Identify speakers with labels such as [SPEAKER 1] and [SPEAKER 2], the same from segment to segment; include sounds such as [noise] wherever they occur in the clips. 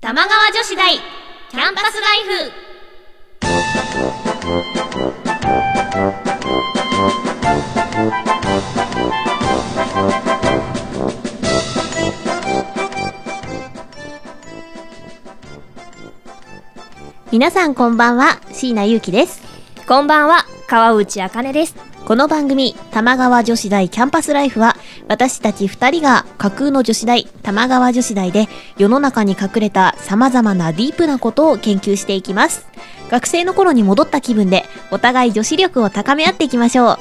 [SPEAKER 1] 玉川女子大キャンパスライフ
[SPEAKER 2] 皆さんこんばんは椎名優樹です
[SPEAKER 1] こんばんは川内あかねです
[SPEAKER 2] この番組玉川女子大キャンパスライフは私たち2人が架空の女子大玉川女子大で世の中に隠れた様々なディープなことを研究していきます学生の頃に戻った気分でお互い女子力を高め合っていきましょう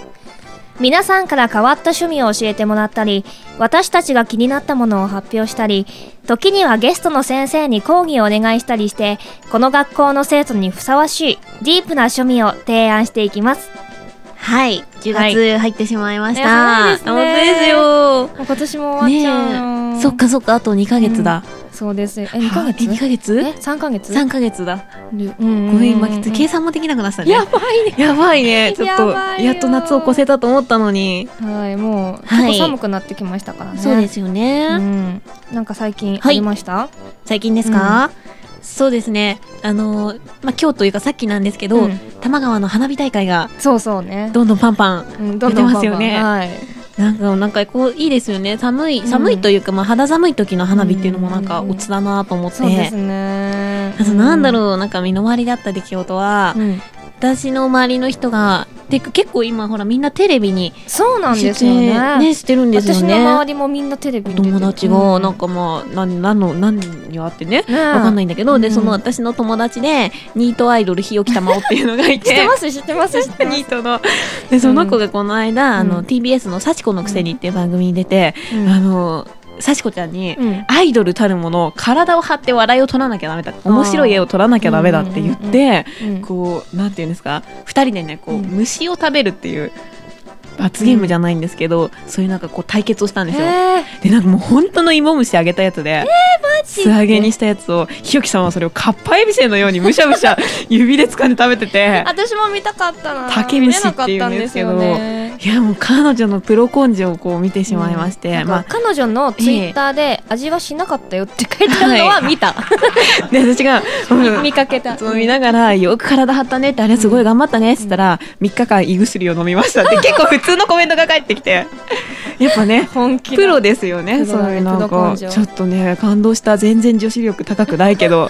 [SPEAKER 1] 皆さんから変わった趣味を教えてもらったり私たちが気になったものを発表したり時にはゲストの先生に講義をお願いしたりしてこの学校の生徒にふさわしいディープな趣味を提案していきます
[SPEAKER 2] はい10
[SPEAKER 1] はい
[SPEAKER 2] 月入ってしまいました、
[SPEAKER 1] ねそうですね
[SPEAKER 2] 本当ですよ
[SPEAKER 1] 今年も終わっちゃう
[SPEAKER 2] ね
[SPEAKER 1] よ
[SPEAKER 2] えそっかそっかあと2ヶ月だ、
[SPEAKER 1] そうですえ2ヶ月
[SPEAKER 2] え2ヶ
[SPEAKER 1] え
[SPEAKER 2] 月
[SPEAKER 1] 3ヶ月
[SPEAKER 2] 3ヶ月だ
[SPEAKER 1] うんうんう
[SPEAKER 2] ご
[SPEAKER 1] ん
[SPEAKER 2] めん今計算もできなくなってたね
[SPEAKER 1] やばいね
[SPEAKER 2] やばい [laughs] ね。ちょっと、
[SPEAKER 1] やば
[SPEAKER 2] や
[SPEAKER 1] いよ
[SPEAKER 2] っと夏を越せたと思ったのに。
[SPEAKER 1] はいもう
[SPEAKER 2] はい
[SPEAKER 1] 結構寒くなってきましたからね、す、
[SPEAKER 2] すよね
[SPEAKER 1] うん、なんか最近ありました、
[SPEAKER 2] 最近ですか、そうですね。あのーまあ、今日というかさっきなんですけど、
[SPEAKER 1] ん
[SPEAKER 2] 多摩川の花火大会が
[SPEAKER 1] そうそうね
[SPEAKER 2] どんどんパンパン。
[SPEAKER 1] うんどんど
[SPEAKER 2] 出
[SPEAKER 1] ん
[SPEAKER 2] てますよね
[SPEAKER 1] バンバンはい
[SPEAKER 2] なんか、なんかこう、いいですよね。寒い、寒いというか、まあ、肌寒い時の花火っていうのもなんか、
[SPEAKER 1] うん
[SPEAKER 2] オツだなと思って。
[SPEAKER 1] そうですね。
[SPEAKER 2] あとなんだ
[SPEAKER 1] う。
[SPEAKER 2] ろう、なんか身の回りだった出来事は、
[SPEAKER 1] うん、
[SPEAKER 2] 私の周りの人が、てか結構今ほらみんなテレビに
[SPEAKER 1] そうなんです
[SPEAKER 2] 出
[SPEAKER 1] よ
[SPEAKER 2] 演
[SPEAKER 1] ね。
[SPEAKER 2] ねしてるんですよね。
[SPEAKER 1] 私の周りもみんなテレビに出てる
[SPEAKER 2] 友達がなん
[SPEAKER 1] か、
[SPEAKER 2] かまあ何何の何にあってね
[SPEAKER 1] ねえ、。
[SPEAKER 2] わかんないいんだけど、
[SPEAKER 1] う
[SPEAKER 2] で
[SPEAKER 1] ん
[SPEAKER 2] その私の友達でニートアイドル日置玉緒っていうのがい
[SPEAKER 1] 知っててます知ってます知ってま
[SPEAKER 2] [laughs] ニートのでその子がこの間、あ
[SPEAKER 1] う
[SPEAKER 2] の
[SPEAKER 1] ん
[SPEAKER 2] TBS の「幸子のくせに」っていう番組に出て、
[SPEAKER 1] す。
[SPEAKER 2] あの幸子ちゃんに、
[SPEAKER 1] うん。
[SPEAKER 2] アイドルたるもの体を張って笑いを取らなきゃダメだ面白い絵を取らなきゃダメだって言って、
[SPEAKER 1] うん
[SPEAKER 2] こうなんていうんですか二人でねこう、
[SPEAKER 1] うん
[SPEAKER 2] 虫を食べるっていう罰ゲームじゃないんですけど、そういうなんかこう対決をしたんですよ。
[SPEAKER 1] へえ
[SPEAKER 2] でなんかもう本当の芋虫あげたやつで、
[SPEAKER 1] ジ
[SPEAKER 2] 素揚げにしたやつをひよきさんはそれをかっぱえびせんのようにむしゃむ [laughs] しゃ指で掴んで食べてて
[SPEAKER 1] 私も見たかったな。
[SPEAKER 2] 竹見
[SPEAKER 1] 見れ
[SPEAKER 2] 市
[SPEAKER 1] な
[SPEAKER 2] っ
[SPEAKER 1] かって
[SPEAKER 2] い
[SPEAKER 1] た
[SPEAKER 2] うん
[SPEAKER 1] ん
[SPEAKER 2] で
[SPEAKER 1] ですす
[SPEAKER 2] けど
[SPEAKER 1] よね。
[SPEAKER 2] いやもう彼女のプロ根性をこう見てしまいまして、
[SPEAKER 1] なんか
[SPEAKER 2] ま
[SPEAKER 1] 彼女のツイッターで味はしなかったよって書いてあるのは見た、
[SPEAKER 2] あで私が、うん
[SPEAKER 1] [laughs] 見かけた
[SPEAKER 2] そう見ながらよく体張ったねってあれすごい頑張ったねって言ったら3日間胃薬を飲みましたって結構普通のコメントが返ってきてやっぱね
[SPEAKER 1] 本気だ
[SPEAKER 2] プロですよね
[SPEAKER 1] プロ
[SPEAKER 2] そ
[SPEAKER 1] だ
[SPEAKER 2] う
[SPEAKER 1] ね
[SPEAKER 2] いうなん
[SPEAKER 1] プロ
[SPEAKER 2] か
[SPEAKER 1] 根
[SPEAKER 2] ち
[SPEAKER 1] 性
[SPEAKER 2] ょっとね感動した全然女子力高くないけど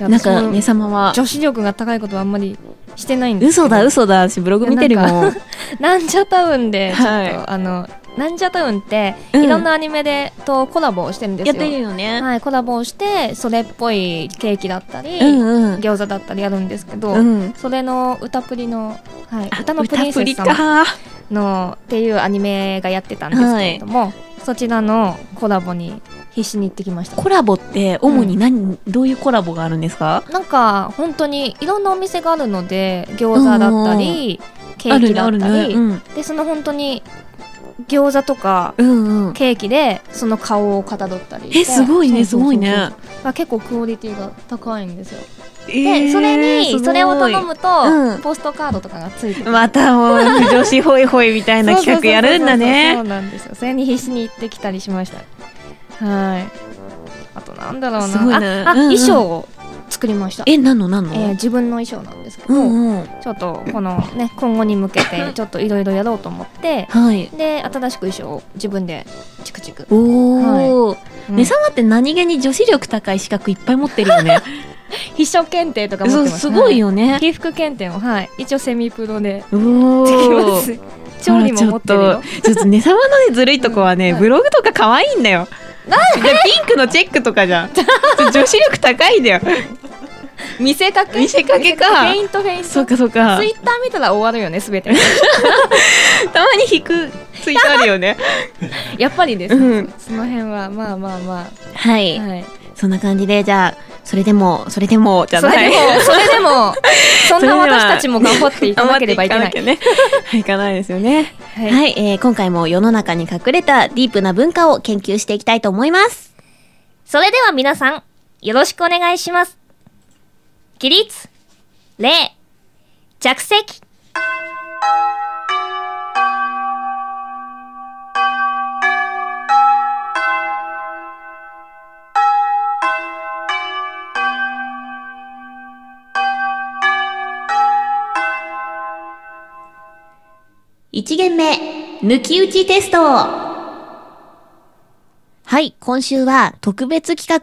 [SPEAKER 1] い
[SPEAKER 2] [laughs]
[SPEAKER 1] や
[SPEAKER 2] なん
[SPEAKER 1] 私
[SPEAKER 2] か
[SPEAKER 1] も
[SPEAKER 2] ね様は
[SPEAKER 1] 女子力が高いことはあんまりしてないんですけど
[SPEAKER 2] 嘘だ嘘だ私ブログ見てるもん
[SPEAKER 1] なんじゃタウンでちょっと、
[SPEAKER 2] はい
[SPEAKER 1] あのなんじゃタウンって、
[SPEAKER 2] うん
[SPEAKER 1] いろんなアニメでとコラボをしてるんですよ。
[SPEAKER 2] よね
[SPEAKER 1] はい、コラボをしてそれっぽいケーキだったり、
[SPEAKER 2] うんうん
[SPEAKER 1] 餃子だったりやるんですけど、
[SPEAKER 2] うん
[SPEAKER 1] それの歌プリの、はい、歌のプリン
[SPEAKER 2] 歌プ
[SPEAKER 1] セ
[SPEAKER 2] リ
[SPEAKER 1] ス様
[SPEAKER 2] か
[SPEAKER 1] のっていうアニメがやってたんですけれども、そちらのコラボに必死に行ってきました。
[SPEAKER 2] コラボって主に何、どういうコラボがあるんですか
[SPEAKER 1] なんか本当にいろんなお店があるので餃子だったり、ケーキだったり、
[SPEAKER 2] うん
[SPEAKER 1] でその本当に餃子とか
[SPEAKER 2] うんうん
[SPEAKER 1] ケーキでその顔をかたどったりして
[SPEAKER 2] えすごいねす
[SPEAKER 1] そうそう
[SPEAKER 2] ごい
[SPEAKER 1] そうそう
[SPEAKER 2] ね
[SPEAKER 1] まあ結構クオリティが高いんですよ
[SPEAKER 2] で、
[SPEAKER 1] でそれにそれを頼む
[SPEAKER 2] う
[SPEAKER 1] と
[SPEAKER 2] ん
[SPEAKER 1] ポストカードとかがついてくる
[SPEAKER 2] またもう女子ホイホイみたいな企画やるんだ [laughs]
[SPEAKER 1] そう
[SPEAKER 2] ね
[SPEAKER 1] そうそうそうそうなんですよそれに必死に行ってきたりしましたはいあとなんだろうな
[SPEAKER 2] すごいね
[SPEAKER 1] ああ
[SPEAKER 2] うんうん
[SPEAKER 1] 衣装を作りましたえ
[SPEAKER 2] え何の何の、
[SPEAKER 1] ー自分の衣装なんですけど、
[SPEAKER 2] うんうん
[SPEAKER 1] ちょっとこのね今後に向けてちょっといろいろやろうと思って
[SPEAKER 2] はい
[SPEAKER 1] で新しく衣装を自分でチクチク、
[SPEAKER 2] おお、
[SPEAKER 1] うん
[SPEAKER 2] ねさまって何気に女子力高い資格いっぱい持ってる [laughs] よね
[SPEAKER 1] 必勝検定とか持
[SPEAKER 2] そ
[SPEAKER 1] って
[SPEAKER 2] う
[SPEAKER 1] ます
[SPEAKER 2] すごいよね、
[SPEAKER 1] [laughs] はい、服検定をはい一応セミプロで
[SPEAKER 2] お
[SPEAKER 1] できま
[SPEAKER 2] お
[SPEAKER 1] す調理も持ってる
[SPEAKER 2] ほ
[SPEAKER 1] よ
[SPEAKER 2] らちょっとちょっとねさまのねずるいとこはね、
[SPEAKER 1] うん
[SPEAKER 2] ブログとか可愛いんだよなんでピンクのチェックとかじゃんちょっと女子力高いんだよ
[SPEAKER 1] 見せかけ
[SPEAKER 2] 見せかけか
[SPEAKER 1] フェイントフェイン
[SPEAKER 2] [laughs]
[SPEAKER 1] ト
[SPEAKER 2] そうかそうか
[SPEAKER 1] ツイッター見たら終わるよねす
[SPEAKER 2] [laughs]
[SPEAKER 1] べて
[SPEAKER 2] たまに引くツイートあるよね
[SPEAKER 1] やっぱりです、
[SPEAKER 2] うん
[SPEAKER 1] その辺はまあまあま
[SPEAKER 2] はい、
[SPEAKER 1] あはい
[SPEAKER 2] そんな感じでじゃあそれでもそれでもじゃ
[SPEAKER 1] そ
[SPEAKER 2] な
[SPEAKER 1] れ
[SPEAKER 2] い
[SPEAKER 1] でもそれ
[SPEAKER 2] [laughs]
[SPEAKER 1] でもそんな私たちも頑張っていかなければいけな
[SPEAKER 2] 頑張っ
[SPEAKER 1] い
[SPEAKER 2] ていかなきゃね [laughs] はいいかないですよね
[SPEAKER 1] は
[SPEAKER 2] はい、
[SPEAKER 1] い、
[SPEAKER 2] えー今回も世の中に隠れたディープな文化を研究していきたいと思います
[SPEAKER 1] それでは皆さんよろしくお願いします起立礼着席
[SPEAKER 2] 1限目、抜き打ちテストはい、今週は特別企画、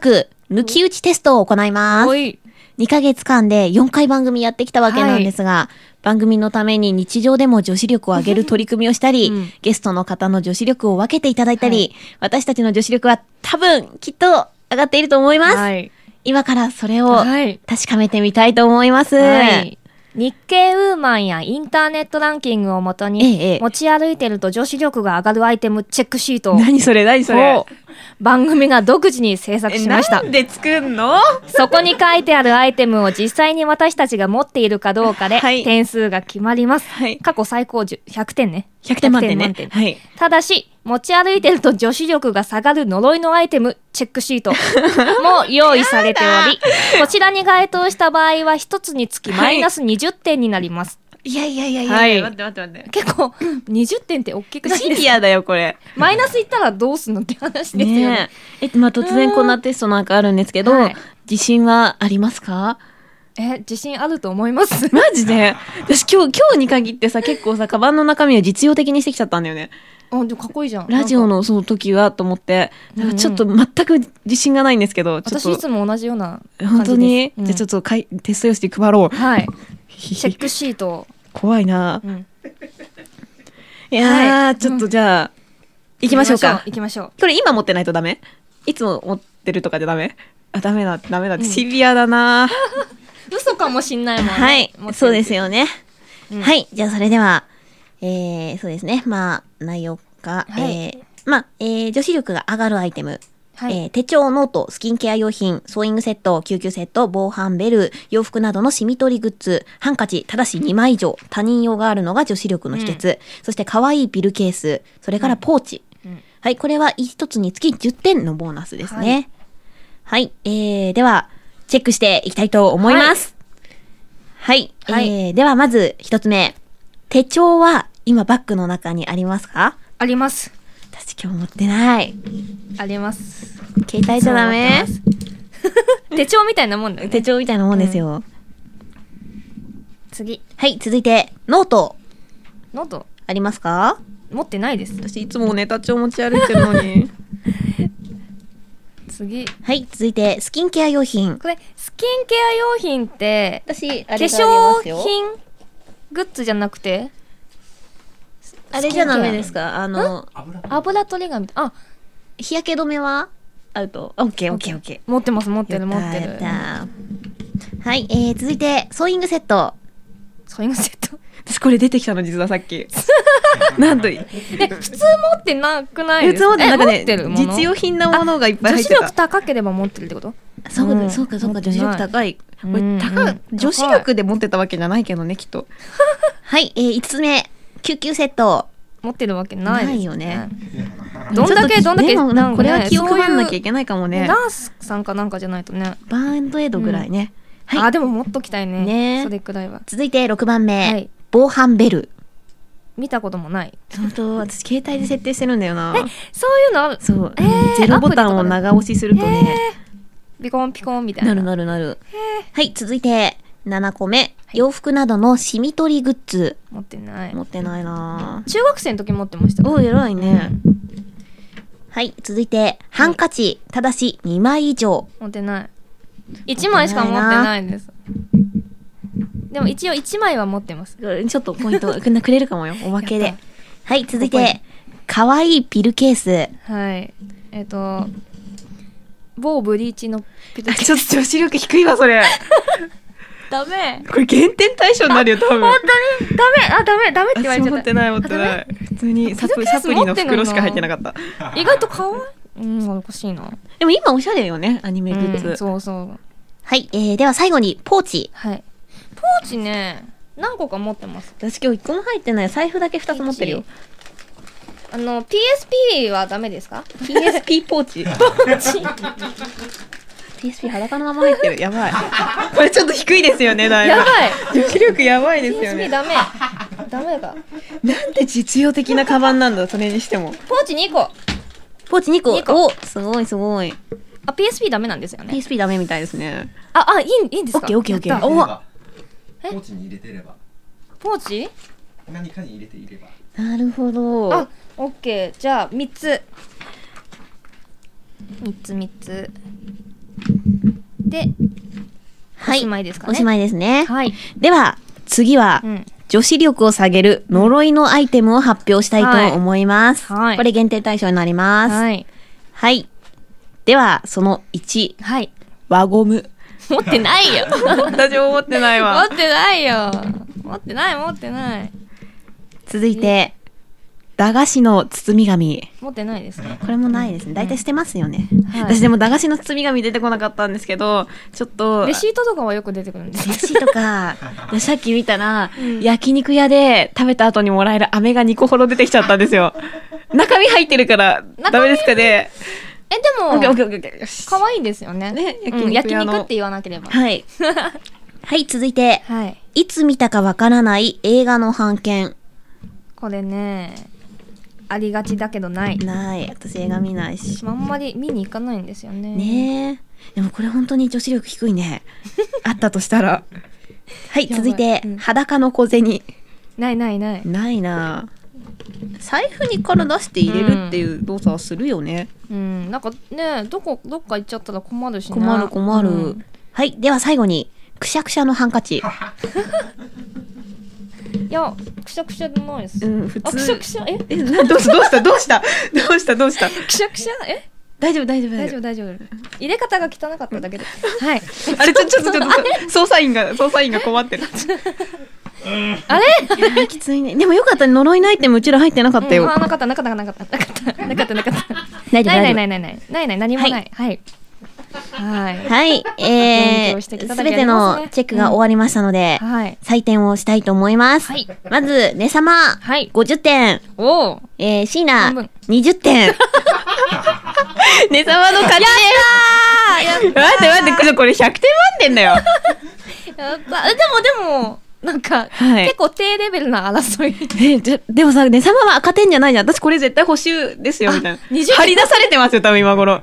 [SPEAKER 2] 抜き打ちテストを行います。
[SPEAKER 1] い。
[SPEAKER 2] 2ヶ月間で4回番組やってきたわけなんですが、番組のために日常でも女子力を上げる取り組みをしたり、
[SPEAKER 1] うん
[SPEAKER 2] ゲストの方の女子力を分けていただいたり、
[SPEAKER 1] は
[SPEAKER 2] 私たちの女子力は多分きっと上がっていると思います。
[SPEAKER 1] い。
[SPEAKER 2] 今からそれを
[SPEAKER 1] はい。
[SPEAKER 2] 確かめてみたいと思います。
[SPEAKER 1] はい。日経ウーマンやインターネットランキングをもとに、
[SPEAKER 2] ええええ
[SPEAKER 1] 持ち歩いてると女子力が上がるアイテムチェックシートを
[SPEAKER 2] 何それ何それ
[SPEAKER 1] を番組が独自に制作しました。
[SPEAKER 2] んで作んの
[SPEAKER 1] そこに書いてあるアイテムを実際に私たちが持っているかどうかで
[SPEAKER 2] はい
[SPEAKER 1] 点数が決まります。
[SPEAKER 2] はい
[SPEAKER 1] 過去最高10 100点ね。
[SPEAKER 2] ?100 点満点ね。
[SPEAKER 1] 100点満
[SPEAKER 2] はい。
[SPEAKER 1] ただし、持ち歩いてると女子力が下がる呪いのアイテム、チェックシー [laughs] トも用意されており、こちらに該当した場合は一つにつきマイナス20点になります。
[SPEAKER 2] いやいやいやいや、
[SPEAKER 1] はい
[SPEAKER 2] 待って待って待って。
[SPEAKER 1] 結構、20点って大きくない
[SPEAKER 2] シ
[SPEAKER 1] です
[SPEAKER 2] ビアだよ、これ。
[SPEAKER 1] [laughs] マイナスいったらどうすんのって話ですよね。
[SPEAKER 2] ねえ。えっと、まあ、突然こんなテストなんかあるんですけど、
[SPEAKER 1] はい
[SPEAKER 2] 自信はありますか
[SPEAKER 1] え、自信あると思います。
[SPEAKER 2] マジで私今日、今日に限ってさ、結構さ、カバンの中身を実用的にしてきちゃったんだよね。
[SPEAKER 1] [laughs] あ、でもかっこいいじゃん。
[SPEAKER 2] ラジオのその時はと思って、なんかちょっと全く自信がないんですけど、ちょっ
[SPEAKER 1] 私い
[SPEAKER 2] と。
[SPEAKER 1] つも同じような
[SPEAKER 2] 本
[SPEAKER 1] 感
[SPEAKER 2] 当
[SPEAKER 1] じで
[SPEAKER 2] に、
[SPEAKER 1] す。うん
[SPEAKER 2] じゃあちょっとかいテスト用紙配ろう。
[SPEAKER 1] はい。
[SPEAKER 2] [laughs]
[SPEAKER 1] チェックシートを。
[SPEAKER 2] 怖いな
[SPEAKER 1] う。ん
[SPEAKER 2] いやー、
[SPEAKER 1] はい
[SPEAKER 2] ちょっとじゃあ、行きましょうか。
[SPEAKER 1] 行きましょう。
[SPEAKER 2] これ今持ってないとダメいつも持ってるとかじゃダメあ、ダメだ、ダメだ。
[SPEAKER 1] うん
[SPEAKER 2] シビアだな。
[SPEAKER 1] 嘘かもしんないもんね。
[SPEAKER 2] はい
[SPEAKER 1] 持ってる、
[SPEAKER 2] そうです。よね。
[SPEAKER 1] うん
[SPEAKER 2] はい、じゃあそれでは、えー、そうですね、まあ、内容が、
[SPEAKER 1] はい
[SPEAKER 2] えー、まあ、えー、女子力が上がるアイテム、
[SPEAKER 1] はい。
[SPEAKER 2] えー手帳、ノート、スキンケア用品、ソーイングセット、救急セット、防犯ベル、洋服などのシミ取りグッズ、ハンカチ、ただし2枚以上、他人用があるのが女子力の秘訣、そして可愛いビルケース、それからポーチ。
[SPEAKER 1] うん
[SPEAKER 2] はい、これは1つにつき10点のボーナスですね。はい、えー、では、チェックしていきたいと思います。はい、
[SPEAKER 1] はい
[SPEAKER 2] えー、ではまず1つ目。手帳は今バッグの中にありますか
[SPEAKER 1] あります。
[SPEAKER 2] 私今日持ってない。
[SPEAKER 1] あります。
[SPEAKER 2] 携帯じゃダメ
[SPEAKER 1] そう思って
[SPEAKER 2] [laughs]
[SPEAKER 1] ます手帳みたいなもんだよね。
[SPEAKER 2] 手帳みたいなもんですよ。
[SPEAKER 1] 次。
[SPEAKER 2] はい、続いて、ノート、
[SPEAKER 1] ノート、
[SPEAKER 2] ありますか
[SPEAKER 1] 持ってないです。
[SPEAKER 2] 私いつもネタ帳持ち歩いてるのに。
[SPEAKER 1] 次。
[SPEAKER 2] [laughs] はい、続いて、スキンケア用品。
[SPEAKER 1] これ、スキンケア用品って、
[SPEAKER 2] 私、
[SPEAKER 1] 化
[SPEAKER 2] あ
[SPEAKER 1] 粧品グッズじゃなくて、
[SPEAKER 2] あれじゃダメですかあの、
[SPEAKER 1] 油取り紙。あ、
[SPEAKER 2] 日焼け止めはアウト。オッケーオッケーオッケ
[SPEAKER 1] 持ってます、持っ
[SPEAKER 2] ー。
[SPEAKER 1] てる、持って
[SPEAKER 2] や
[SPEAKER 1] る
[SPEAKER 2] った。やったはい、えー、続いて、ソーイングセット。
[SPEAKER 1] そういうのセット。
[SPEAKER 2] 私これ出てきたの実はさっ [laughs] き。なんと、
[SPEAKER 1] え、普通持ってなくないですかえ持ってるもの
[SPEAKER 2] 品な
[SPEAKER 1] もの
[SPEAKER 2] がいっ
[SPEAKER 1] 女子力高ければ持ってるってこと
[SPEAKER 2] そう
[SPEAKER 1] う
[SPEAKER 2] か、
[SPEAKER 1] ん
[SPEAKER 2] そうか、そうか、女子力高い。こ
[SPEAKER 1] うん
[SPEAKER 2] れ高
[SPEAKER 1] う
[SPEAKER 2] い
[SPEAKER 1] ん、
[SPEAKER 2] 女子力で持ってたわけじゃないけどね、きっと。はい、えー、5つ目。救急セット。
[SPEAKER 1] 持ってるわけない
[SPEAKER 2] な
[SPEAKER 1] です
[SPEAKER 2] いよね
[SPEAKER 1] どんだけ
[SPEAKER 2] ちょっと
[SPEAKER 1] どんだけ
[SPEAKER 2] でも
[SPEAKER 1] なんかね
[SPEAKER 2] これは気を配んなきゃい
[SPEAKER 1] そ
[SPEAKER 2] けないかも
[SPEAKER 1] ういう
[SPEAKER 2] ね。
[SPEAKER 1] ナースさんかなんかじゃないとね、
[SPEAKER 2] バーンドエイドぐらいね。は
[SPEAKER 1] あ
[SPEAKER 2] い。
[SPEAKER 1] でも持っときたいね
[SPEAKER 2] ね
[SPEAKER 1] それくらいは
[SPEAKER 2] 続いて6番目。
[SPEAKER 1] はい
[SPEAKER 2] 防犯ベル。
[SPEAKER 1] 見たこともない
[SPEAKER 2] 本当私携帯で設定してるんだよな。
[SPEAKER 1] そういうのある
[SPEAKER 2] そう
[SPEAKER 1] えー。
[SPEAKER 2] ゼロボタンを
[SPEAKER 1] アプリとかで
[SPEAKER 2] 長押しするとね。
[SPEAKER 1] ピコンピコンみたい
[SPEAKER 2] な
[SPEAKER 1] な
[SPEAKER 2] るなるなる。はい、続いて7個目。洋服などのシミ取りグッズ。
[SPEAKER 1] 持ってない
[SPEAKER 2] 持ってないな
[SPEAKER 1] 中学生の時持ってました
[SPEAKER 2] お、偉いね。はい、続いて、ハンカチ。ただし2枚以上。
[SPEAKER 1] 持ってない1枚しか持ってないですでも一応1枚は持ってます
[SPEAKER 2] ちょっとポイント [laughs] くんくれるかもよ。おまけ
[SPEAKER 1] や
[SPEAKER 2] で
[SPEAKER 1] った。
[SPEAKER 2] はい、続い
[SPEAKER 1] ここ
[SPEAKER 2] て、可愛いピルケー [laughs] ス。
[SPEAKER 1] はいえっ、と某ブリーチのピタ
[SPEAKER 2] ょっと女子力低いわ、それ。
[SPEAKER 1] ダ
[SPEAKER 2] [laughs]
[SPEAKER 1] メ
[SPEAKER 2] これ減点対象になるよ、多 [laughs] 分。
[SPEAKER 1] 本当にダメあダメダメって言われちゃった
[SPEAKER 2] ない、持。
[SPEAKER 1] ってない
[SPEAKER 2] 普通に
[SPEAKER 1] サプピルケースサプリの袋しか入ってなか
[SPEAKER 2] った。
[SPEAKER 1] 意外と可愛いうんおかしいな、
[SPEAKER 2] でも今おしゃれよね、アニメグッ
[SPEAKER 1] うん、
[SPEAKER 2] ズ。
[SPEAKER 1] そうそう
[SPEAKER 2] はい、えー、では最後に、ポーチ。
[SPEAKER 1] はいポーチね何個か持ってます
[SPEAKER 2] 私今日1個も入ってない。財布だけ2つ持ってるよ。
[SPEAKER 1] あの PSP はダメです [laughs] か
[SPEAKER 2] PSP ポー [laughs] チ。PSP 裸のまま入ってる。やばい。 [laughs] これちょっと低いですよね、だ
[SPEAKER 1] やばい
[SPEAKER 2] 女子力やばいですよ
[SPEAKER 1] PSP
[SPEAKER 2] ね。
[SPEAKER 1] ダメダメか
[SPEAKER 2] なんで実用的なカバンなんだ、それにしても。
[SPEAKER 1] ポーチ2個
[SPEAKER 2] ポーチ2個。
[SPEAKER 1] 二個
[SPEAKER 2] おすごいすごい。
[SPEAKER 1] あ PSP ダメなんですよね
[SPEAKER 2] PSP ダメみたいですね。
[SPEAKER 1] ああいいいいんですか
[SPEAKER 2] オッケーオッケーオッケー
[SPEAKER 1] やっ
[SPEAKER 2] お
[SPEAKER 1] た
[SPEAKER 3] ポーチに入れてれば
[SPEAKER 1] ポーチ
[SPEAKER 3] 何かに入れていれば
[SPEAKER 2] 何なるほど。
[SPEAKER 1] あ、オッケー。じゃあ、三つ。三つ三つ。で、
[SPEAKER 2] は
[SPEAKER 1] おしまいですかね
[SPEAKER 2] おしまいですね。
[SPEAKER 1] はい。
[SPEAKER 2] では、次は、
[SPEAKER 1] うん。
[SPEAKER 2] 女子力を下げる呪いのアイテムを発表したいと思います。
[SPEAKER 1] はい
[SPEAKER 2] これ限定対象になります。はい。
[SPEAKER 1] はい。
[SPEAKER 2] では、その1、
[SPEAKER 1] はい。
[SPEAKER 2] 輪ゴム。
[SPEAKER 1] 持ってないよ。
[SPEAKER 2] 私思ってない [laughs]
[SPEAKER 1] 持っ。てないよ。持ってない、持ってない。
[SPEAKER 2] 続いて、駄菓子の包み紙。
[SPEAKER 1] 持ってないですね。
[SPEAKER 2] これもないですね。大体捨てますよね。
[SPEAKER 1] はい
[SPEAKER 2] 私でも駄菓子の包み紙出てこなかったんですけど、ちょっと。
[SPEAKER 1] レシートとかはよく出てくるんです
[SPEAKER 2] レシと [laughs] か、さっき見たら、
[SPEAKER 1] うん
[SPEAKER 2] 焼肉屋で食べた後にもらえる飴が2個ほど出てきちゃったんです [laughs] よ。中身入ってるから、
[SPEAKER 1] 身
[SPEAKER 2] ダメですかね。
[SPEAKER 1] [laughs] え、で
[SPEAKER 2] オッケーオッ
[SPEAKER 1] も、
[SPEAKER 2] ケーオッケーよし
[SPEAKER 1] 可愛いですよね。
[SPEAKER 2] ね
[SPEAKER 1] う
[SPEAKER 2] 焼肉
[SPEAKER 1] ん焼
[SPEAKER 2] 屋の
[SPEAKER 1] 肉って言わなけれ
[SPEAKER 2] [laughs]
[SPEAKER 1] ば。
[SPEAKER 2] はい。はい、続いて、
[SPEAKER 1] はい。
[SPEAKER 2] いつ見たかわからない映画の版権。
[SPEAKER 1] これね、ありがちだけどない。
[SPEAKER 2] ない。私映画見ないし。
[SPEAKER 1] あんまり見に行かないんですよね。
[SPEAKER 2] ねえ。でもこれ本当に女子力低いね。あったとした [laughs] ら。はい、
[SPEAKER 1] やばい
[SPEAKER 2] 続いて、
[SPEAKER 1] うん
[SPEAKER 2] 裸の小銭。
[SPEAKER 1] ないないない。
[SPEAKER 2] ないな財布にから出して入れるっていう動作はするよね、
[SPEAKER 1] うん。なんかね、どこ、どっか行っちゃったら困るしね。
[SPEAKER 2] 困る困る、
[SPEAKER 1] うん
[SPEAKER 2] はいでは最後にくしゃくしゃのハンカチ、
[SPEAKER 1] いや、くしゃくしゃじゃないです。
[SPEAKER 2] うん、普
[SPEAKER 1] あ、くしゃ
[SPEAKER 2] 通
[SPEAKER 1] くしゃ、え
[SPEAKER 2] えなどうしたどうしたどうしたどうしたどうした
[SPEAKER 1] くしゃくしゃえ
[SPEAKER 2] 大丈夫大丈夫
[SPEAKER 1] 大丈夫大丈夫。入れ方が汚かっただけで。はい。
[SPEAKER 2] あれちょちょっとちょっと捜査員が捜査員が困ってる
[SPEAKER 1] [laughs] あれ
[SPEAKER 2] [laughs] あきついねでもよかったね呪いのアイテムうちら入ってなかったよ、
[SPEAKER 1] うんあ、なかったなかったなかったなかったなかったなかった。
[SPEAKER 2] 大丈夫
[SPEAKER 1] ないな
[SPEAKER 2] 大丈夫
[SPEAKER 1] いないないないないない何もない。はい。はい。
[SPEAKER 2] はいえ
[SPEAKER 1] 勉強してき
[SPEAKER 2] ー、
[SPEAKER 1] た
[SPEAKER 2] す
[SPEAKER 1] だけ
[SPEAKER 2] べ
[SPEAKER 1] あ
[SPEAKER 2] て
[SPEAKER 1] りますね
[SPEAKER 2] のチェックが終わりましたので、
[SPEAKER 1] はい。
[SPEAKER 2] 採点をしたいと思います、
[SPEAKER 1] はい。
[SPEAKER 2] まずねさま、
[SPEAKER 1] はい。
[SPEAKER 2] 50点
[SPEAKER 1] おお。
[SPEAKER 2] えー、シー
[SPEAKER 1] 半
[SPEAKER 2] ナ
[SPEAKER 1] 分、
[SPEAKER 2] 20点。 [laughs] ねさまの勝ちやったー待って待って、これこれ100点満点だよ。
[SPEAKER 1] やった。えでもでも、なんか、
[SPEAKER 2] はい
[SPEAKER 1] 結構低レベルな争い。
[SPEAKER 2] [laughs] え、じゃ、でもさ、ねさまは赤点じゃないじゃん。私これ絶対補修ですよ、みたいな。
[SPEAKER 1] 20点
[SPEAKER 2] 張り出されてますよ、多分今頃。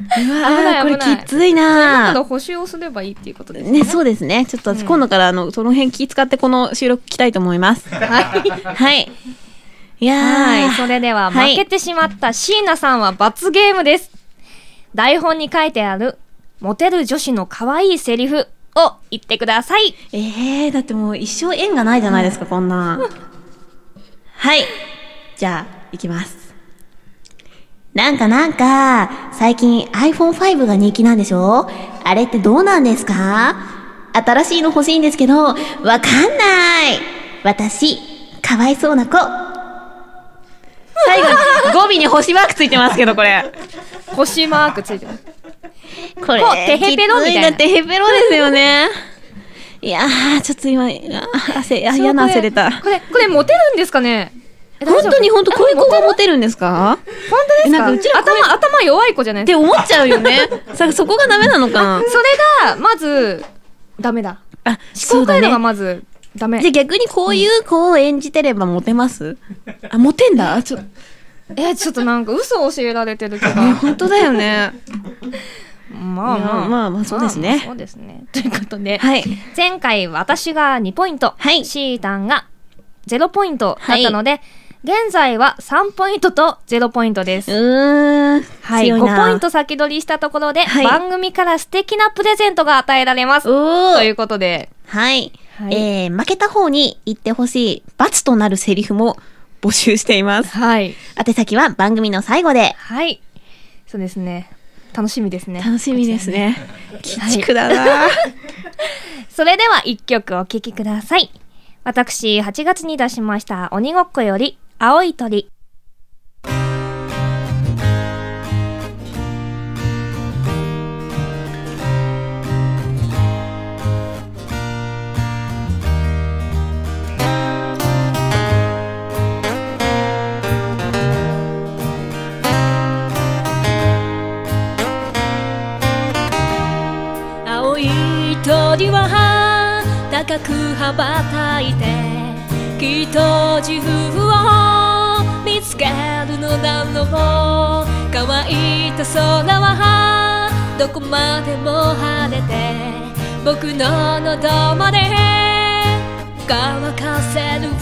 [SPEAKER 2] うわ
[SPEAKER 1] な
[SPEAKER 2] ー、
[SPEAKER 1] い
[SPEAKER 2] これ
[SPEAKER 1] 危ない
[SPEAKER 2] きつい
[SPEAKER 1] た
[SPEAKER 2] な
[SPEAKER 1] だ
[SPEAKER 2] ー。
[SPEAKER 1] 補修をすればいいっていうことですね。
[SPEAKER 2] ね、そうですね。ちょっと私
[SPEAKER 1] うん
[SPEAKER 2] 今度から、あの、その辺気使ってこの収録来たいと思い
[SPEAKER 1] [laughs]
[SPEAKER 2] ます。
[SPEAKER 1] はい。
[SPEAKER 2] はい。いや
[SPEAKER 1] はい。
[SPEAKER 2] ー
[SPEAKER 1] そ、れでは、負
[SPEAKER 2] はい
[SPEAKER 1] けてしまった椎名さんは罰ゲームです。台本に書いてある、モテる女子の可愛いセリフを言ってください。
[SPEAKER 2] ええー、だってもう一生縁がないじゃないですか、こんなん。はい。じゃあ、いきます。なんかなんか、最近 iPhone5 が人気なんでしょあれってどうなんですか新しいの欲しいんですけど、わかんない私、かわいそうな子。最後に語尾に星マークついてますけど、これ。
[SPEAKER 1] 星マークついてます。
[SPEAKER 2] これ
[SPEAKER 1] こうテヘペロみたいな
[SPEAKER 2] きつテヘペロですよね。 [laughs] いやー、ちょっと今、あー汗、あ、嫌な汗出た。
[SPEAKER 1] これ、これモテるんですかねえ
[SPEAKER 2] 本当に本当
[SPEAKER 1] え
[SPEAKER 2] こういう
[SPEAKER 1] モ
[SPEAKER 2] 子がモテるんですか
[SPEAKER 1] テ本当
[SPEAKER 2] えなんかう
[SPEAKER 1] で
[SPEAKER 2] ち
[SPEAKER 1] すから
[SPEAKER 2] こういう
[SPEAKER 1] 頭、頭弱い子じゃない
[SPEAKER 2] っ
[SPEAKER 1] で
[SPEAKER 2] て思っちゃうよね。さ、 [laughs] そこがダメなのかな
[SPEAKER 1] すか。それが、まず、ダメだ。
[SPEAKER 2] あ、
[SPEAKER 1] 思考回路が
[SPEAKER 2] ね。
[SPEAKER 1] まず、ダメ。
[SPEAKER 2] じゃあ逆にこういう子を演じてればモテますあ、モテんだちょ、ね、
[SPEAKER 1] え、ちょっとなんか嘘を教えられてる気が。
[SPEAKER 2] 本当だよね。 [laughs]
[SPEAKER 1] まあ
[SPEAKER 2] い
[SPEAKER 1] ま
[SPEAKER 2] や
[SPEAKER 1] あ。
[SPEAKER 2] まあまあそうですね
[SPEAKER 1] まあそうですね。ということで、
[SPEAKER 2] はい。
[SPEAKER 1] 前回私が2ポイント、
[SPEAKER 2] はい
[SPEAKER 1] シータンが0ポイントだったので、現在は3ポイントと0ポイントで
[SPEAKER 2] う
[SPEAKER 1] す。
[SPEAKER 2] ーん。
[SPEAKER 1] はい、
[SPEAKER 2] 強い
[SPEAKER 1] 5
[SPEAKER 2] な
[SPEAKER 1] ポイン。ト先取りしたところで、
[SPEAKER 2] はい
[SPEAKER 1] 番組から素敵なプレゼントが与えられます。
[SPEAKER 2] お
[SPEAKER 1] という
[SPEAKER 2] ー。
[SPEAKER 1] ことで、
[SPEAKER 2] はい。
[SPEAKER 1] はい
[SPEAKER 2] えー、負けた方に言ってほしい罰となるセリフも募集しています。
[SPEAKER 1] はい。
[SPEAKER 2] 宛先は番組の最後で。
[SPEAKER 1] はい。そうですね。楽しみですね。
[SPEAKER 2] 楽しみですね。鬼
[SPEAKER 1] はい
[SPEAKER 2] 畜だな。
[SPEAKER 1] それでは一曲お聴きください。私、8月に出しました鬼ごっこより、青い鳥。
[SPEAKER 3] 青い鳥は高く羽ばたいてきっと自分を見つけるのだろう乾いた空はどこまでも晴れて僕の喉まで乾かせる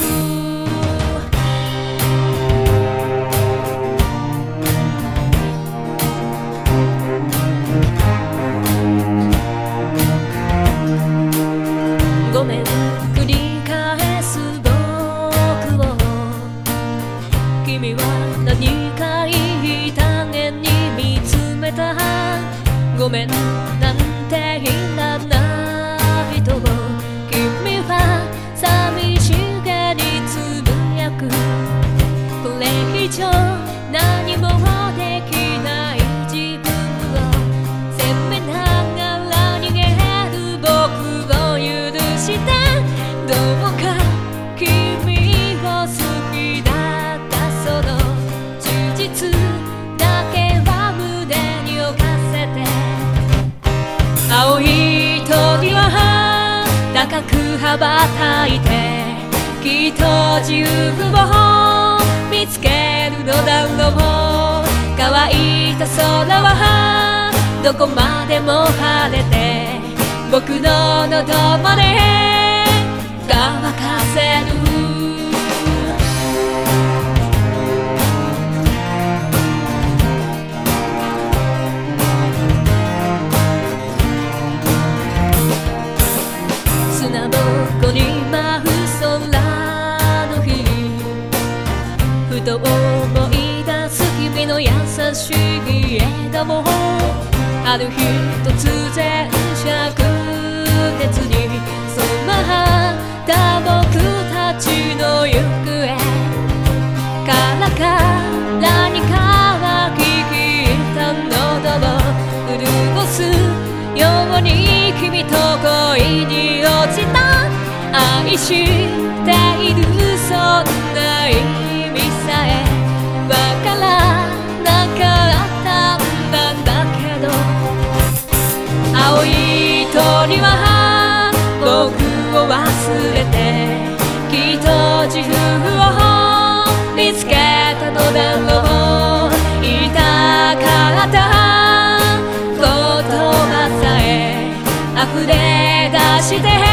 [SPEAKER 3] ごめんなんていらないと君は寂しげにつぶやくこれ以上何もできない自分を責めながら逃げる僕を許してどうか君を好きだったその事実だけは胸に置かせて青い鳥は高く羽ばたいてきっと自由を見つけるのだろう乾いた空はどこまでも晴れて僕の喉まで乾かせる砂ぼこに舞う空の日ふと思い出す君の優しい笑顔ある日突然灼熱に染まった僕たちの行方からからに乾ききった喉を潤すように君と恋に落ちた愛しているそんな意味さえわからなかったんだだけど青い鳥は僕を忘れてきっと自分を見つけたのだろう痛かった言葉さえ溢れ出して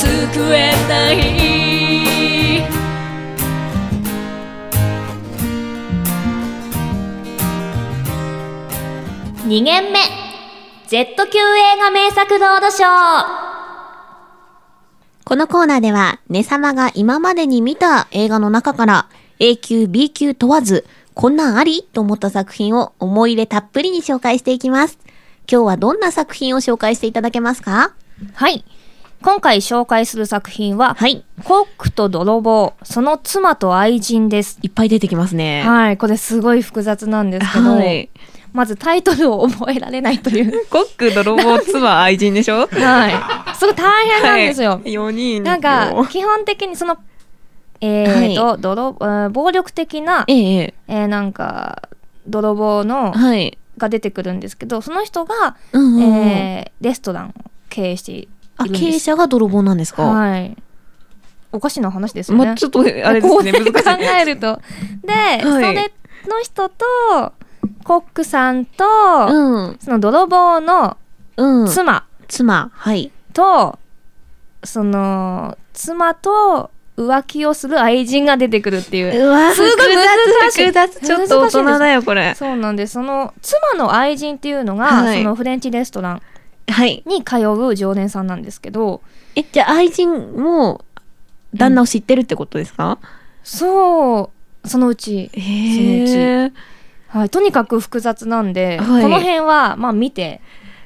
[SPEAKER 3] 救えない
[SPEAKER 1] 2限目 Z 級映画名作ロードショー
[SPEAKER 2] このコーナーでは、ね様が今までに見た映画の中から、A 級、B 級問わず、こんなんありと思った作品を思い入れたっぷりに紹介していきます。今日はどんな作品を紹介していただけますか
[SPEAKER 1] はい今回紹介する作品は、
[SPEAKER 2] はい。
[SPEAKER 1] コックと泥棒その妻と愛人です
[SPEAKER 2] いっぱい出てきますね。
[SPEAKER 1] はいこれすごい複雑なんですけど、
[SPEAKER 2] はい
[SPEAKER 1] まずタイトルを覚えられないという
[SPEAKER 2] コック、泥棒、妻、愛人でしょ
[SPEAKER 1] [laughs] はいすごい大変なんですよ、
[SPEAKER 2] 4人
[SPEAKER 1] なんか、基本的にその、えーと、泥、えー暴力的な、え
[SPEAKER 2] ええ、
[SPEAKER 1] ーなんか、泥棒の、
[SPEAKER 2] はい。
[SPEAKER 1] が出てくるんですけど、その人が、
[SPEAKER 2] うんうんうん
[SPEAKER 1] えーレストランを経営してい
[SPEAKER 2] あ、
[SPEAKER 1] るんです。
[SPEAKER 2] 経営者が泥棒なんですか、
[SPEAKER 1] はい。おかしな話ですよね。
[SPEAKER 4] まあ、ちょっと、あれですね、
[SPEAKER 1] こう
[SPEAKER 4] 難し
[SPEAKER 1] 考
[SPEAKER 4] いね。
[SPEAKER 1] えると。で、それの人と、コックさんと、
[SPEAKER 2] うん。
[SPEAKER 1] その泥棒の
[SPEAKER 2] うん。
[SPEAKER 1] 妻
[SPEAKER 2] 妻、はい。
[SPEAKER 1] と、その、妻と浮気をする愛人が出てくるっていう。
[SPEAKER 2] わ
[SPEAKER 1] すごい難しい
[SPEAKER 4] 複雑、ちょっと大人だよ、これ。
[SPEAKER 1] そうなんです。その、妻の愛人っていうのが、
[SPEAKER 4] はい
[SPEAKER 1] そのフレンチレストラン
[SPEAKER 2] はい。
[SPEAKER 1] に通う常連さんなんですけど、
[SPEAKER 2] え、じゃあ愛人も、旦那を知ってるってことですか、
[SPEAKER 1] そう、そのうち、
[SPEAKER 4] へー
[SPEAKER 1] はい、とにかく複雑なんで、
[SPEAKER 4] はい
[SPEAKER 1] この辺は、まあ見て、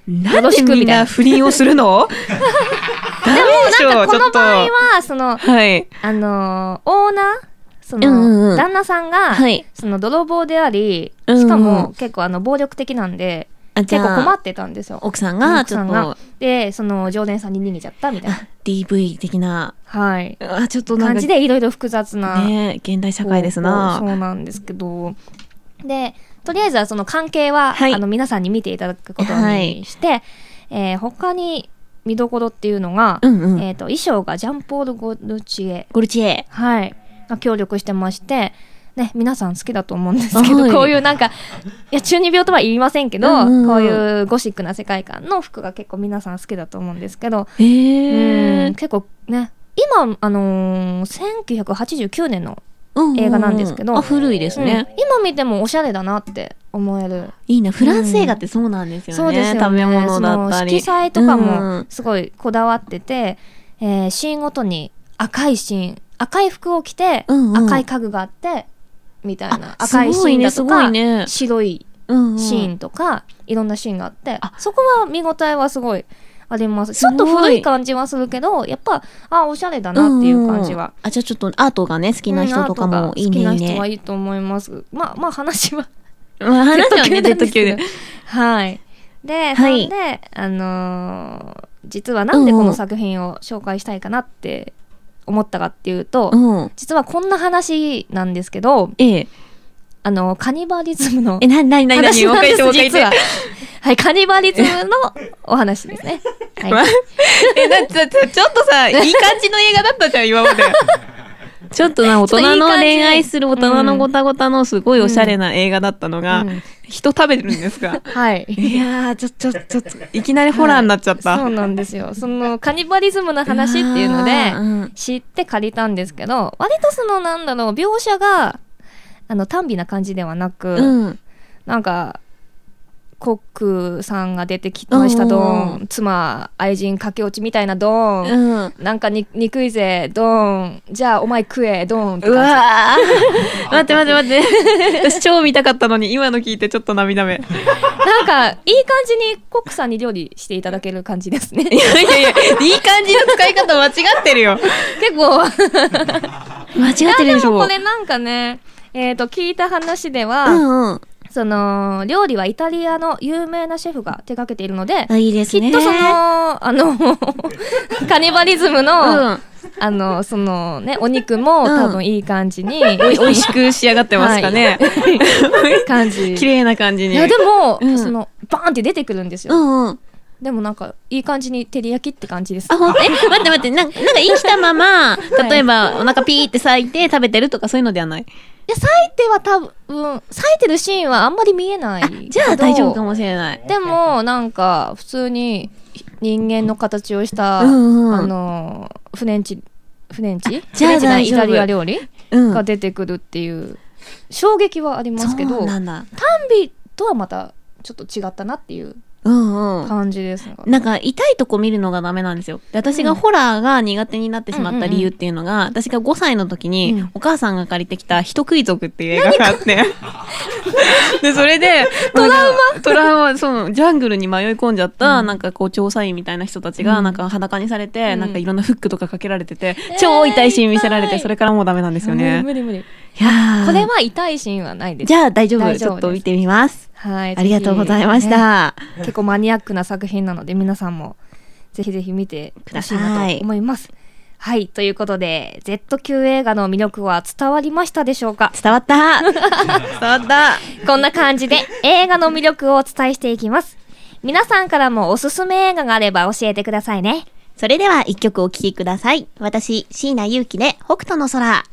[SPEAKER 4] なんでみんな不倫をするのダメでしょ、ち
[SPEAKER 1] こ
[SPEAKER 4] ょ
[SPEAKER 1] の
[SPEAKER 4] っと。
[SPEAKER 1] 場合
[SPEAKER 4] は
[SPEAKER 1] は、その、
[SPEAKER 4] い。
[SPEAKER 1] あのーオーナー、その、
[SPEAKER 2] うんうんうん
[SPEAKER 1] 旦那さんが、
[SPEAKER 2] はい
[SPEAKER 1] その泥棒であり、
[SPEAKER 2] うんうん
[SPEAKER 1] しかも結構あの暴力的なんで、
[SPEAKER 2] あじ
[SPEAKER 1] 結
[SPEAKER 2] ゃあ
[SPEAKER 1] 構困ってたんですよ。
[SPEAKER 2] 奥さんが、
[SPEAKER 1] 奥
[SPEAKER 2] ちょ
[SPEAKER 1] さ
[SPEAKER 2] っ
[SPEAKER 1] んが
[SPEAKER 2] と、。
[SPEAKER 1] で、その常連さんに逃げちゃったみたいな。
[SPEAKER 2] DV 的な、
[SPEAKER 1] はい。
[SPEAKER 4] あ、ちょっとなん
[SPEAKER 1] 感
[SPEAKER 4] か
[SPEAKER 1] じ、でいろいろ複雑な。
[SPEAKER 2] ね、現代社会です
[SPEAKER 1] そうそ
[SPEAKER 2] な。
[SPEAKER 1] うなんですけど。で、とりあえずはその関係は、
[SPEAKER 2] はい
[SPEAKER 1] あの皆さんに見ていただくこと
[SPEAKER 2] はい
[SPEAKER 1] にして、えー他に見どころっていうのが、
[SPEAKER 2] うんうん。
[SPEAKER 1] えっ、と、衣装がジャンポール・ゴルチエ、
[SPEAKER 2] ゴルチエ。
[SPEAKER 1] はい、が協力してまして、ね、皆さん好きだと思うんですけど、
[SPEAKER 2] はい
[SPEAKER 1] こういうなんか、いや、中二病とは言いませんけど、
[SPEAKER 2] うんうんうん
[SPEAKER 1] こういうゴシックな世界観の服が結構皆さん好きだと思うんですけど、
[SPEAKER 2] へ
[SPEAKER 1] う
[SPEAKER 2] え
[SPEAKER 1] ん。結構ね、今、あのー1989年の
[SPEAKER 2] うんうんうん
[SPEAKER 1] 映画なんですけど
[SPEAKER 2] あ、古いですね。
[SPEAKER 1] うん今見てもおしゃれだなって思える。
[SPEAKER 2] いいな。フランス映画ってそうなんですよね。
[SPEAKER 1] そうですよね。
[SPEAKER 2] 食べ物だった
[SPEAKER 1] その
[SPEAKER 2] り。
[SPEAKER 1] 色彩とか
[SPEAKER 2] うんう
[SPEAKER 1] も
[SPEAKER 2] ん
[SPEAKER 1] すごいこだわってて、えーシーンごとに赤いシーン、赤い服を着て、
[SPEAKER 2] うんうん
[SPEAKER 1] 赤い家具があって、みたいな。
[SPEAKER 2] あ
[SPEAKER 1] 赤いシーンだと
[SPEAKER 2] すご
[SPEAKER 1] か、
[SPEAKER 2] いねすごいね
[SPEAKER 1] 白い
[SPEAKER 2] うんうん
[SPEAKER 1] シーンとか、いろんなシーンがあって
[SPEAKER 2] あ
[SPEAKER 1] そこは見応えはすごいありますちょっと
[SPEAKER 2] すごい
[SPEAKER 1] 古い感じはするけどやっぱあおしゃれだなっていう感じは。
[SPEAKER 2] んんあじゃあちょっとアートがね好きな人とか
[SPEAKER 1] うんアート
[SPEAKER 2] も
[SPEAKER 1] が
[SPEAKER 2] いいねいい
[SPEAKER 1] 好きな人は
[SPEAKER 2] ね
[SPEAKER 1] いいと思います。まあ、まあ話は
[SPEAKER 2] うん [laughs] 話はねで
[SPEAKER 1] Z 級なんですけどはい。で、
[SPEAKER 2] はい
[SPEAKER 1] そんで、あのー実はなんでこの作品を紹介したいかなって思ったかっていうと、
[SPEAKER 2] うん
[SPEAKER 1] 実はこんな話なんですけど、
[SPEAKER 2] ええ
[SPEAKER 1] あの、カニバリズムの
[SPEAKER 2] えなになになになに
[SPEAKER 1] 話
[SPEAKER 2] もう
[SPEAKER 1] な
[SPEAKER 2] 一回
[SPEAKER 1] んで
[SPEAKER 2] 言っ
[SPEAKER 1] す
[SPEAKER 2] てもう一回言っ
[SPEAKER 1] 実は
[SPEAKER 2] て。
[SPEAKER 1] はい、カニバリズムのお話ですね。はい。
[SPEAKER 2] えなちょちょちょっと [laughs] さいい感じの映画だったじゃん今まで [laughs] ちょっとな大
[SPEAKER 1] ちょっとい
[SPEAKER 2] 人
[SPEAKER 1] い
[SPEAKER 2] の
[SPEAKER 1] 感じ
[SPEAKER 2] 恋愛する大人のごたごたのすごいおしゃれな映画だったのが、
[SPEAKER 1] うん
[SPEAKER 2] 人食べてるんですか
[SPEAKER 1] はい。
[SPEAKER 2] [laughs] いやーちょちょちょっといきなりホラーになっちゃった、
[SPEAKER 1] そうなんですよ。その、カニバリズムの話っていうので、
[SPEAKER 2] うん
[SPEAKER 1] 知って借りたんですけど割とそのなんだろう描写があの単美な感じではなく、
[SPEAKER 2] うん
[SPEAKER 1] なんかコックさんが出てきました
[SPEAKER 2] うん
[SPEAKER 1] ドーン妻愛人駆け落ちみたいなドーン、
[SPEAKER 2] うん
[SPEAKER 1] なんかに憎いぜドーンじゃあお前食えドーンって
[SPEAKER 2] う
[SPEAKER 1] 感
[SPEAKER 2] わー [laughs] 待って待って待って [laughs] 私超見たかったのに今の聞いてちょっと涙目
[SPEAKER 1] じなんかいい感じにコックさんに料理していただける感じですね
[SPEAKER 2] いやいやいや、いい感じの使い方間違ってるよ。
[SPEAKER 1] 結
[SPEAKER 2] [laughs]
[SPEAKER 1] 構
[SPEAKER 2] 間違って
[SPEAKER 1] あ
[SPEAKER 2] る
[SPEAKER 1] で
[SPEAKER 2] でしょ。
[SPEAKER 1] もこれなんかねえっ、と聞いた話では、
[SPEAKER 2] うんうん。
[SPEAKER 1] その料理はイタリアの有名なシェフが手掛けているので、
[SPEAKER 2] あいいです
[SPEAKER 1] き
[SPEAKER 2] ね。
[SPEAKER 1] っとその、
[SPEAKER 2] [laughs]
[SPEAKER 1] あの、カニバリズムの、
[SPEAKER 2] うん。
[SPEAKER 1] あの、そのね、お肉も
[SPEAKER 2] うん
[SPEAKER 1] 多分いい感じに、
[SPEAKER 2] おい美味しく仕上がってますかね。
[SPEAKER 1] 感じ。
[SPEAKER 2] 綺麗な感じ
[SPEAKER 1] い
[SPEAKER 2] に。
[SPEAKER 1] や、でも、
[SPEAKER 2] うん
[SPEAKER 1] その、バーンって出てくるんです
[SPEAKER 2] う
[SPEAKER 1] よ。
[SPEAKER 2] んうん。
[SPEAKER 1] でもなんか、いい感じに照り焼きって感じです。
[SPEAKER 2] あ、ほんえ、待って待って、なんなんか生きたまま、例えばお腹ピーって咲いて食べてるとかそういうのではない。
[SPEAKER 1] いや、裂いては多分、裂いてるシーンはあんまり見えない。
[SPEAKER 2] じゃあ大丈夫か
[SPEAKER 1] も。
[SPEAKER 2] もしれない。
[SPEAKER 1] でも、なんか、普通に人間の形をした、
[SPEAKER 2] うんうん
[SPEAKER 1] あの、フレンチ、フレンチ
[SPEAKER 2] じゃあ
[SPEAKER 1] フレンチない
[SPEAKER 2] 大丈夫
[SPEAKER 1] イタリア料理
[SPEAKER 2] うん。
[SPEAKER 1] が出てくるっていう衝撃はありますけ
[SPEAKER 2] そ
[SPEAKER 1] ど、
[SPEAKER 2] うな
[SPEAKER 1] タン
[SPEAKER 2] んだ。
[SPEAKER 1] ビとはまたちょっと違ったなっていう
[SPEAKER 2] うんうん。
[SPEAKER 1] 感じですが。
[SPEAKER 2] なんか痛いとこ見るのがダメなんですよ。で私がホラーが苦手になってしまった理由っていうのが、私が5歳の時
[SPEAKER 1] う
[SPEAKER 2] に
[SPEAKER 1] ん
[SPEAKER 2] お母さんが借りてきた人食い族っていう映画があって。 [laughs] で、それで、トラウマトラウマ、そのジャングルに迷い込んじゃった、なんかこう調査員みたいな人たちがなんか裸にされて、
[SPEAKER 1] うん
[SPEAKER 2] なんかいろんなフックとかかけられてて、超痛いシーン見せられて、
[SPEAKER 1] 痛い
[SPEAKER 2] それからもうダメなんですよ
[SPEAKER 1] もう
[SPEAKER 2] ね。
[SPEAKER 1] 無理無理。
[SPEAKER 2] いやー
[SPEAKER 1] これは痛いシーンはないです。
[SPEAKER 2] じゃあ大丈夫
[SPEAKER 1] 大丈夫です
[SPEAKER 2] ちょっと見てみます。
[SPEAKER 1] はい。
[SPEAKER 2] ありがとうございまし
[SPEAKER 1] ぜひね。
[SPEAKER 2] た。 [laughs]
[SPEAKER 1] 結構マニアックな作品なので皆さんもぜひぜひ見てほしいなと思います。はい。ということで、Z 級映画の魅力は伝わりましたでしょうか
[SPEAKER 2] 伝わった [laughs] 伝わった
[SPEAKER 1] こんな
[SPEAKER 2] [laughs]
[SPEAKER 1] 感じで映画の魅力をお伝えしていきます。皆さんからもおすすめ映画があれば教えてくださいね。
[SPEAKER 2] それでは一曲お聴きください。私、椎名優樹で北斗の空。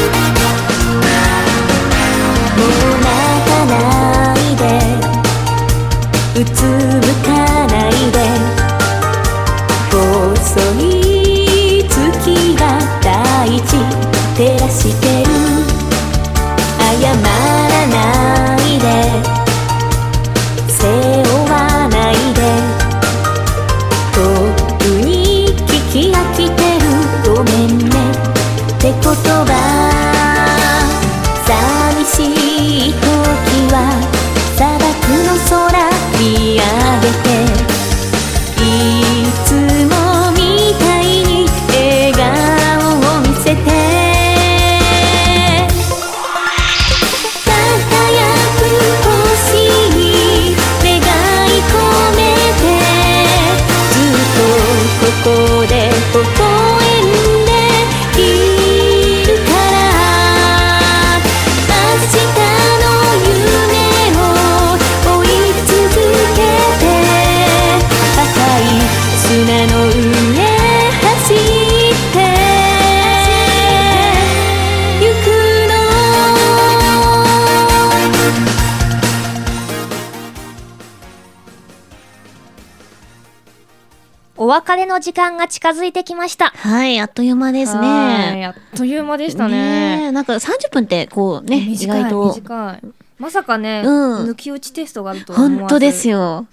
[SPEAKER 3] もう泣かないでうつむかないで細い月が大地照らしてる謝らないで背負わないで遠くに聞き飽きてるごめんねって言葉寂しい時は砂漠の空見上げていつもみたいに笑顔を見せて輝く星に願い込めてずっとここで微笑んでいるから明日の夢を追い続けて赤い砂の上走ってゆくの
[SPEAKER 1] お別れの時間が近づいてきました。
[SPEAKER 2] はい、あっという間です
[SPEAKER 1] はい
[SPEAKER 2] ね。
[SPEAKER 1] あっという間で
[SPEAKER 2] で
[SPEAKER 1] したね。
[SPEAKER 2] なんか30分ってこうね、意
[SPEAKER 1] 短い
[SPEAKER 2] 外と
[SPEAKER 1] 短い。まさかね、
[SPEAKER 2] うん
[SPEAKER 1] 抜き打ちテストがあるとは思わず
[SPEAKER 2] 本当ですよ。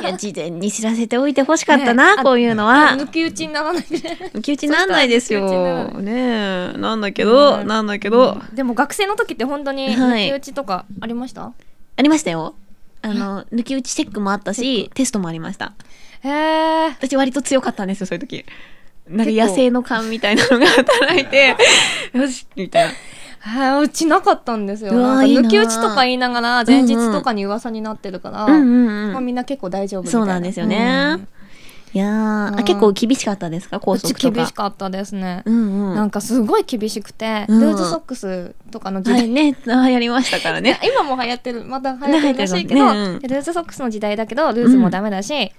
[SPEAKER 2] いや、事前に知らせておいてほしかったな、
[SPEAKER 1] ね
[SPEAKER 2] こういうのは。
[SPEAKER 1] 抜き打ちにならないで
[SPEAKER 2] 抜き打ちなんないです
[SPEAKER 1] そうした
[SPEAKER 2] よ
[SPEAKER 1] ら抜き打ち。
[SPEAKER 4] ねえ、なんだけど、
[SPEAKER 1] うん
[SPEAKER 4] なんだけど、
[SPEAKER 1] でも学生の時って本当に
[SPEAKER 2] は
[SPEAKER 1] 抜
[SPEAKER 2] い
[SPEAKER 1] き打ちとかありました、
[SPEAKER 2] ありましたよ。あの、抜き打ちチェックもあったし、テストもありました。
[SPEAKER 1] へえ
[SPEAKER 2] 私割と強かったんですよ、そういう時。なんか野生の勘みたいなのが働い
[SPEAKER 1] [laughs]
[SPEAKER 2] て、よし、みたいな。
[SPEAKER 1] ーうちなかったんですよ
[SPEAKER 2] うわー
[SPEAKER 1] なんか
[SPEAKER 2] いいなー
[SPEAKER 1] 抜き打ちとか言いながら前日とかに噂になってるから、
[SPEAKER 2] うんうん
[SPEAKER 1] ま
[SPEAKER 2] う
[SPEAKER 1] あ、
[SPEAKER 2] ん。
[SPEAKER 1] みんな結構大丈夫みたいな
[SPEAKER 2] そうなんですよね。
[SPEAKER 1] うん
[SPEAKER 2] いやー、
[SPEAKER 1] う
[SPEAKER 2] あ
[SPEAKER 1] ん
[SPEAKER 2] 結構厳しかったですか、
[SPEAKER 1] う
[SPEAKER 2] 高
[SPEAKER 1] ち
[SPEAKER 2] 速とか。
[SPEAKER 1] 厳しかったですね、
[SPEAKER 2] うんうん。
[SPEAKER 1] なんかすごい厳しくて、
[SPEAKER 2] うん
[SPEAKER 1] ルーズソックスとかの時
[SPEAKER 2] は
[SPEAKER 1] 代
[SPEAKER 2] いね、流行りましたからね。
[SPEAKER 1] [laughs] 今も流行ってるまた流行ってるらしいけ
[SPEAKER 2] 流行ってる
[SPEAKER 1] ど、
[SPEAKER 2] かもねうん
[SPEAKER 1] ルーズソックスの時代だけどルーズもダメだし、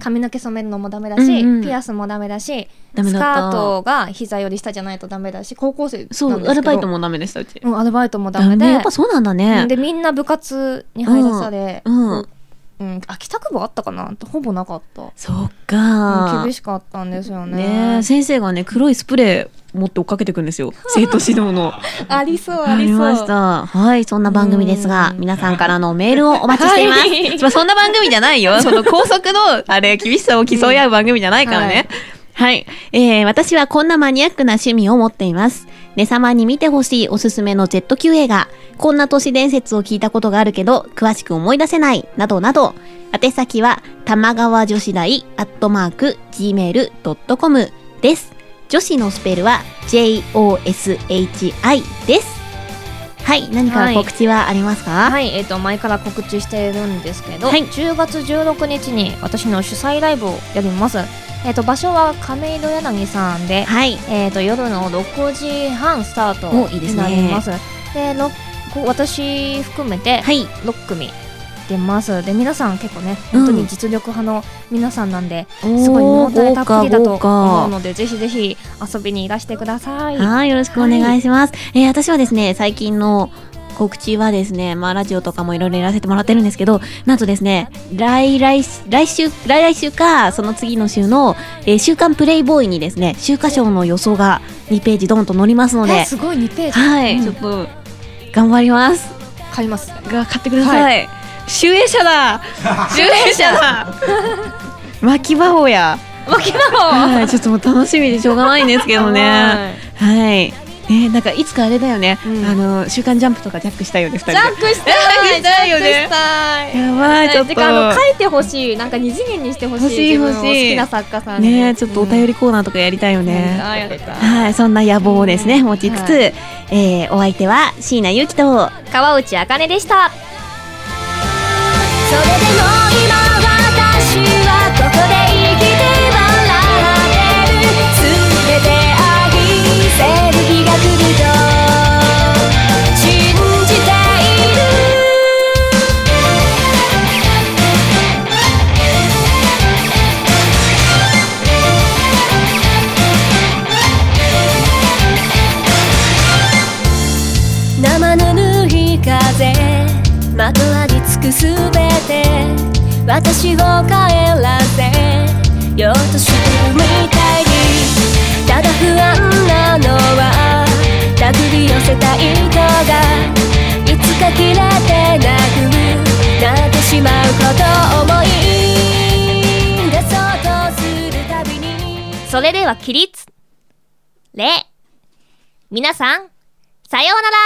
[SPEAKER 1] 髪の毛染めるのもダメだし、
[SPEAKER 2] うんうん
[SPEAKER 1] ピアスもダメだし
[SPEAKER 2] ダメ
[SPEAKER 1] ス
[SPEAKER 2] だっ
[SPEAKER 1] カ
[SPEAKER 2] た
[SPEAKER 1] ートが膝より下じゃないとダメだし高校生なんですけ
[SPEAKER 2] [laughs] そ
[SPEAKER 1] ど
[SPEAKER 2] う、アルバイトもダメでした、うち。
[SPEAKER 1] うんアルバイトもダ
[SPEAKER 2] ダ
[SPEAKER 1] メ
[SPEAKER 2] メ
[SPEAKER 1] で
[SPEAKER 2] やっぱそうなんだね。
[SPEAKER 1] でみんな部活に入らされ、
[SPEAKER 2] うん。
[SPEAKER 1] うん、秋田区部あったかなほぼなかった
[SPEAKER 2] そっか。
[SPEAKER 1] 厳しかったんですよ
[SPEAKER 2] ね
[SPEAKER 1] ね
[SPEAKER 2] え先生がね、黒いスプレー持って追っかけてくんですよ。生徒指導の。
[SPEAKER 1] ありそう
[SPEAKER 2] あ
[SPEAKER 1] あり
[SPEAKER 2] り
[SPEAKER 1] そう
[SPEAKER 2] ました。はい、そんな番組ですが
[SPEAKER 1] う、ん
[SPEAKER 2] 皆さんからのメールをお待ちしています。
[SPEAKER 1] はい
[SPEAKER 2] [laughs] まあそんな番組じゃない
[SPEAKER 1] [laughs]
[SPEAKER 2] よ。その高速の、あれ、厳しさを競い合う番組じゃないからね。はい、えー。私はこんなマニアックな趣味を持っています。ねさまに見てほしいおすすめの Z 級映画、こんな都市伝説を聞いたことがあるけど、詳しく思い出せない、などなど、宛先は、玉川女子大アットマーク gmail.com です。女子のスペルは JOSHI です。はい、何か告知はありますか、
[SPEAKER 1] はい、えー、と前から告知しているんですけど、
[SPEAKER 2] はい
[SPEAKER 1] 10月16日に私の主催ライブをやります、えー、と場所は亀戸柳さんで、
[SPEAKER 2] はい。
[SPEAKER 1] えー、と夜の6時半スタート
[SPEAKER 2] おいいです
[SPEAKER 1] に
[SPEAKER 2] ね
[SPEAKER 1] なりますでのこう私含めて
[SPEAKER 2] はい。
[SPEAKER 1] 6組出ますで皆さん結構ね本当に実力派の皆さんなんで、すごい見応えたっぷりだと
[SPEAKER 2] 豪華
[SPEAKER 1] 思う
[SPEAKER 2] 豪華
[SPEAKER 1] のでぜひぜひ遊びにいらしてください
[SPEAKER 2] はい、よろしくお願いします。えー私はですね、最近の告知はですね、まあ、ラジオとかもいろいろやらせてもらってるんですけど、なんとですね、来、来、来週、来来週か、その次の週の、えー週刊プレイボーイにですね、週刊賞の予想が2ページドンと載りますの
[SPEAKER 1] え
[SPEAKER 2] で、
[SPEAKER 1] すごい2ページ
[SPEAKER 2] はい、
[SPEAKER 1] うん
[SPEAKER 2] ちょっと、頑張ります。
[SPEAKER 1] 買います
[SPEAKER 2] が買ってください。集英者
[SPEAKER 1] [laughs]
[SPEAKER 2] だ集英者だ巻き場法や。
[SPEAKER 1] 巻き魔
[SPEAKER 2] [laughs] はい、ちょっともう楽しみでしょうがないんですけど
[SPEAKER 1] 法
[SPEAKER 2] ね。
[SPEAKER 1] はい
[SPEAKER 2] はい。ね、なんかいつかあれだよね。
[SPEAKER 1] うん
[SPEAKER 2] あの週刊ジャンプとかジャックしたいよね、二人
[SPEAKER 1] ジャックしたい。
[SPEAKER 2] ジ [laughs] ャックしたいよね
[SPEAKER 1] ジャックしたい
[SPEAKER 2] で。やばい、ちょっと。
[SPEAKER 1] てかあの書いてほしい。なんか二次元にしてほしい。
[SPEAKER 2] 欲しい
[SPEAKER 1] 自分の
[SPEAKER 2] 欲しい
[SPEAKER 1] 好きな作家さんに。
[SPEAKER 2] ね、ちょっとお便りコーナーとかやりたいよ
[SPEAKER 1] うん
[SPEAKER 2] ね。
[SPEAKER 1] あーやりたい
[SPEAKER 2] はい、そんな野望をですね、持ちつつ、
[SPEAKER 1] は
[SPEAKER 2] えーお相手は椎名ゆきと。
[SPEAKER 1] 川内あかねでした。
[SPEAKER 3] それでも今私はここで生きて笑ってる全て愛せる日が来ると信じている生ぬるい風まとわりつくすべて私を帰らせようとしてるみたいにただ不安なのは手繰り寄せた糸がいつか切れてなくなってしまうことを思い出そうとするたびに
[SPEAKER 1] それでは起立。礼。皆さん、さようなら